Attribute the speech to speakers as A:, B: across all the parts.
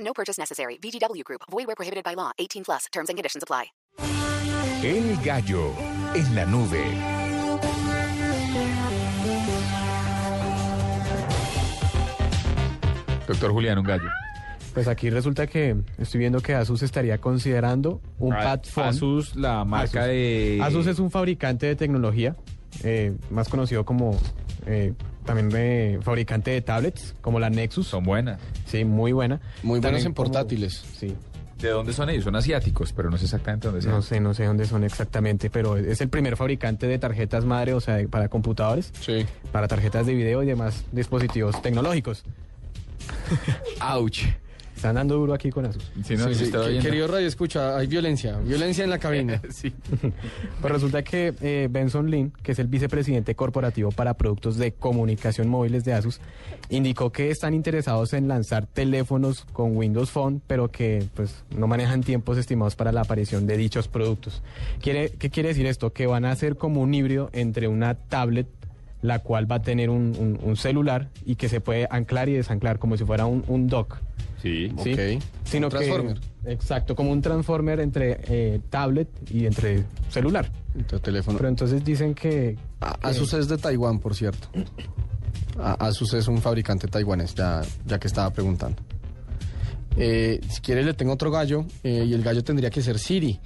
A: No purchase necessary. VGW Group. Void where prohibited by law. 18 plus. Terms and conditions apply.
B: El gallo en la nube. Doctor Julián, un gallo.
C: Pues aquí resulta que estoy viendo que Asus estaría considerando un
B: A-
C: platform.
B: Asus, la marca
C: Asus.
B: de...
C: Asus es un fabricante de tecnología, eh, más conocido como eh, también eh, fabricante de tablets, como la Nexus.
B: Son buenas.
C: Sí, muy buena.
D: Muy buenas
C: También
D: en
C: como-
D: portátiles.
C: sí,
B: ¿De dónde son ellos? Son asiáticos, pero no sé exactamente dónde son.
C: no sé, no sé dónde son exactamente, pero es el primer fabricante de tarjetas madre, o sea, de- para computadores,
D: Sí.
C: para tarjetas de video y demás dispositivos tecnológicos.
D: Ouch.
C: Están dando duro aquí con Asus.
B: Sí, no, sí, estaba viendo.
D: Querido Radio, escucha, hay violencia. Violencia en la cabina.
B: Sí.
C: Pues resulta que eh, Benson Lin, que es el vicepresidente corporativo para productos de comunicación móviles de Asus, indicó que están interesados en lanzar teléfonos con Windows Phone, pero que pues no manejan tiempos estimados para la aparición de dichos productos. Quiere- ¿Qué quiere decir esto? Que van a ser como un híbrido entre una tablet la cual va a tener un, un- un celular y que se puede anclar y desanclar como si fuera un, un dock.
B: Sí.
D: Ok.
C: Sino
D: Un
C: que-
D: transformer.
C: exacto, como un transformer entre eh, tablet y entre celular.
D: Tu teléfono.
C: Pero entonces dicen que...
D: A- Asus es de Taiwán, por cierto. A- Asus es un fabricante taiwanés, ya, ya que estaba preguntando. Eh, si quiere le tengo otro gallo eh, y el gallo tendría que ser Siri.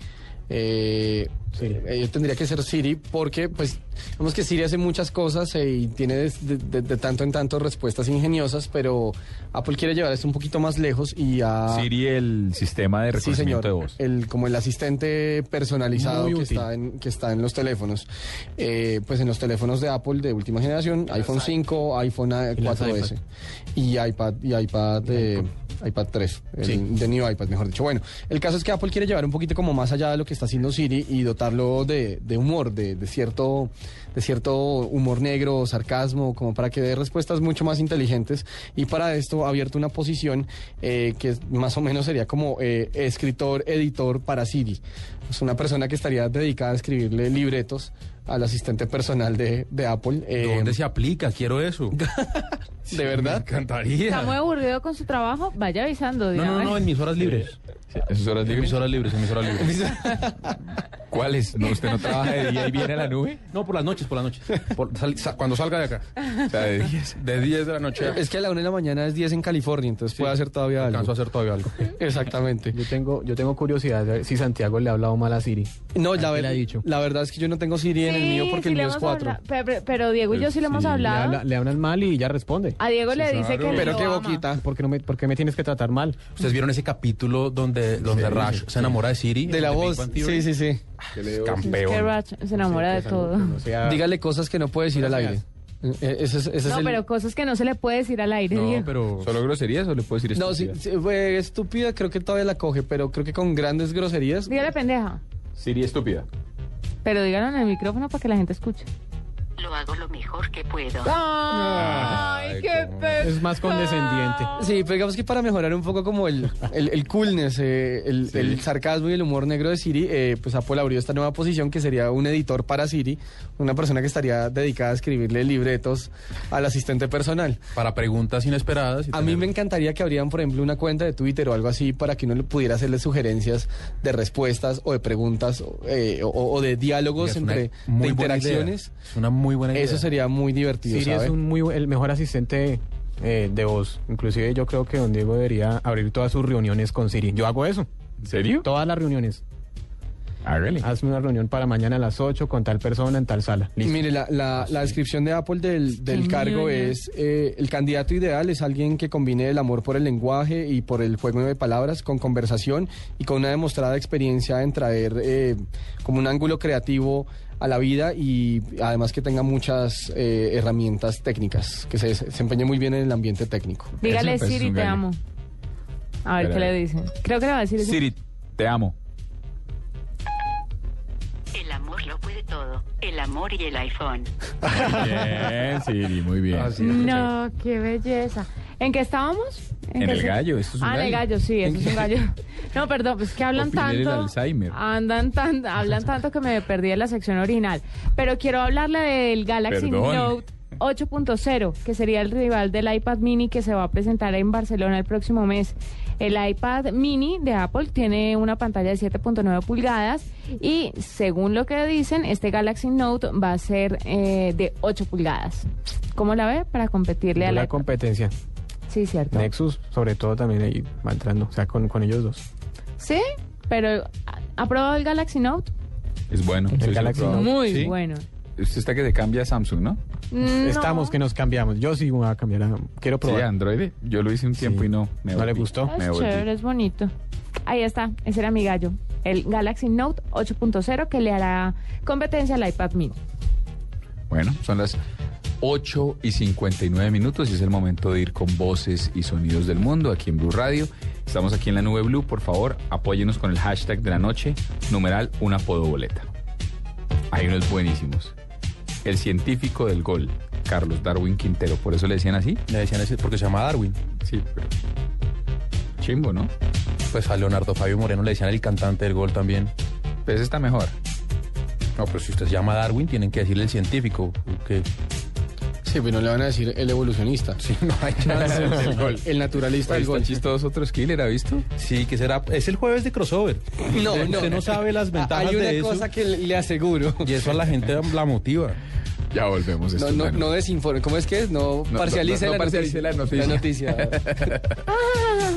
D: Eh,
C: Siri.
D: eh, tendría que ser Siri porque, pues, vemos que Siri hace muchas cosas eh, y tiene des- de, de- de tanto en tanto respuestas ingeniosas, pero Apple quiere llevar esto un poquito más lejos y a...
B: Siri, el sistema de
D: Ah. Sí,
B: reconocimiento
D: señor. Eh.
B: de voz.
D: El, como el asistente personalizado
C: Muy
D: que
C: útil.
D: está, en, que está en los teléfonos. Eh, pues en los teléfonos de Apple de última generación, iPhone 5, iPhone eh,
C: Y las
D: 4S y iPad, y iPad, eh, iPad 3, el de New iPad, mejor dicho. Bueno, el caso es que Apple quiere llevar un poquito como más allá de lo que está haciendo Siri y dotarlo de, de humor, de, de cierto, de cierto humor negro, sarcasmo, como para que dé respuestas mucho más inteligentes. Y para esto ha abierto una posición eh, que es- más o menos sería como eh, escritor, editor para Siri. Es una persona que estaría dedicada a escribirle libretos al asistente personal de, de Apple. eh,
B: ¿Dónde se aplica? Quiero eso.
D: ¿De verdad?
B: Me encantaría.
E: Está muy aburrido con su trabajo, vaya avisando.
F: No, no, no, en mis horas libres.
B: ¿En sus horas
F: En mis
B: libres?
F: horas libres, en mis horas libres.
B: ¿Cuáles? No, ¿Usted no trabaja de día y viene a la nube?
F: No, por las noches, por las noches. Por- sal- sa- cuando salga de acá.
B: O sea, de día.
F: De 10 de la noche.
D: Es que a la una de la mañana es 10 en California, entonces puede hacer todavía
F: Alcanzo a
D: algo.
F: hacer todavía algo.
D: Exactamente.
C: Yo tengo, yo tengo curiosidad de ver si Santiago le ha hablado mal a Siri.
D: No,
C: ¿A
D: la,
C: qué
D: ver-
C: le ha dicho?
D: la verdad es que yo no tengo Siri en el mío porque el mío es 4.
E: Pero, pero- pero Diego y yo sí le hemos
B: Sí, le
C: Le,
E: hablado.
C: habla- le hablan mal y ella responde.
E: A Diego le dice
B: claro.
E: que
D: Pero
E: lo
D: qué
E: ama.
D: boquita.
C: ¿Por qué, no me, por qué me tienes que tratar mal?
F: ¿Ustedes vieron ese capítulo donde, donde Rush se enamora de Siri?
D: De la voz. Sí, sí, sí.
E: Es que
B: Campeón.
E: Rach se enamora de todo.
C: O sea,
D: Dígale cosas que no puede decir al aire. Eh, Ese es, ese es
E: No,
D: el...
E: pero cosas que no se le puede decir al aire,
F: No,
E: Diego.
F: pero...
B: ¿Solo groserías o le puedo decir esto?
D: No, sí, sí, fue estúpida creo que todavía la coge, pero creo que con grandes groserías.
E: Dígale pendeja.
B: Siri estúpida.
E: Pero dígalo en el micrófono para que la gente escuche.
A: Lo hago lo mejor que puedo.
B: Ay, qué
E: pez.
C: es más condescendiente.
D: Sí, pero digamos que para mejorar un poco como el, el, el coolness, eh, el, el sarcasmo y el humor negro de Siri, eh, pues Apple abrió esta nueva posición que sería un editor para Siri, una persona que estaría dedicada a escribirle libretos al asistente personal.
F: Para preguntas inesperadas. y
D: A mí
F: tener-
D: me encantaría que abrieran, por ejemplo, una cuenta de Twitter o algo así para que uno le pudiera hacerle sugerencias de respuestas o de preguntas o, eh, o- o de diálogos
F: Es una
D: entre
F: muy
D: de
F: buena
D: interacciones.
F: idea. Es una muy buena idea.
D: Eso sería muy divertido,
C: Siri
D: ¿sabe?
C: es un muy, bu- el mejor asistente eh, de voz. Inclusive yo creo que Don Diego debería abrir todas sus reuniones con Siri. Yo hago eso.
B: ¿En serio?
C: Todas las reuniones.
B: Hágale.
C: Hazme una reunión para mañana a las 8 con tal persona en tal sala. Listo.
D: Mire, la, la- la descripción de Apple del, del
E: Qué
D: cargo
E: millonario.
D: es, eh, el candidato ideal es alguien que combine el amor por el lenguaje y por el juego de palabras con conversación y con una demostrada experiencia en traer eh, como un ángulo creativo a la vida y además que tenga muchas eh, herramientas técnicas, que se des- desempeñe muy bien en el ambiente técnico.
E: Dígale,
B: Ese, pues, es
E: Siri,
B: un
E: te
B: gallo.
E: amo. A ver qué
G: Espera,
E: le dicen. Creo que le va a decir eso.
G: Siri, te amo.
H: El amor lo puede todo. El amor y el iPhone.
G: Bien, Siri, muy bien.
E: No, qué belleza. ¿En qué estábamos?
G: En
E: qué
G: el
E: se-
G: gallo, esto es un
E: Ah, en el
G: gallo.
E: gallo, sí,
G: ¿En
E: eso es un
G: qué?
E: gallo. No, perdón, pues que hablan
G: Opinel el
E: tanto.
G: Alzheimer.
E: Andan tan, hablan tanto que me perdí en la sección original. Pero quiero hablarle del Galaxy
G: Perdón.
E: Note 8.0, que sería el rival del iPad mini que se va a presentar en Barcelona el próximo mes. El iPad mini de Apple tiene una pantalla de 7.9 pulgadas y según lo que dicen, este Galaxy Note va a ser eh, de 8 pulgadas. ¿Cómo la ve? Para competirle al
C: La
E: iPad.
C: competencia.
E: Sí, cierto.
C: Nexus, sobre todo, también ahí va entrando. O sea, con, con ellos dos.
E: Sí, pero ¿ha- ¿ha probado el Galaxy Note?
G: Es bueno.
C: El Galaxy
G: lo he probado.
E: Muy
G: ¿Sí?
E: bueno.
G: Usted está que te cambia a Samsung, ¿no?
E: No.
C: Estamos que nos cambiamos. Yo sí voy a cambiar. a- quiero
G: Sí,
C: probar.
G: Android. Yo lo hice un tiempo
C: Sí.
G: y no me
C: ¿No le
G: volví.
C: gustó?
G: Me
E: Ah, Es
G: volví.
E: chévere, es bonito. Ahí está, ese era mi gallo. El Galaxy Note 8.0 que le hará competencia al iPad mini.
G: Bueno, son las 8 y 59 minutos y es el momento de ir con voces y sonidos del mundo aquí en Blue Radio. Estamos aquí en la nube Blue. Por favor, apóyenos con el hashtag de la noche, numeral una podoboleta. Hay unos buenísimos. El científico del gol, Carlos Darwin Quintero. Por eso le decían así.
F: Le decían así porque se llama Darwin.
G: Sí, pero. Chimbo, ¿no?
F: Pues a Leonardo Fabio Moreno le decían el cantante del gol también.
G: Pues está mejor.
F: No, pero si usted se llama Darwin, tienen que decirle el científico. Que
D: Sí, pero no le van a decir el evolucionista. Sí, no hay chance. el, gol. Pues, el naturalista
G: Oye,
D: del
G: Está
D: gol.
G: chistoso otro skiller, ¿ha visto?
F: Sí, que será. Es el jueves de crossover.
D: pues,
F: Usted- Usted no sabe las ventajas
D: Ah, Hay una
F: de eso.
D: cosa que le le aseguro.
F: Y eso a la gente la motiva.
G: Ya volvemos. esto
D: No,
G: es la
D: no,
G: nube.
D: no desinforme. ¿Cómo es que es? No,
G: no,
D: parcialice,
G: no, no
D: la,
G: parcialice la
D: noticia.
G: noticia.
D: La noticia.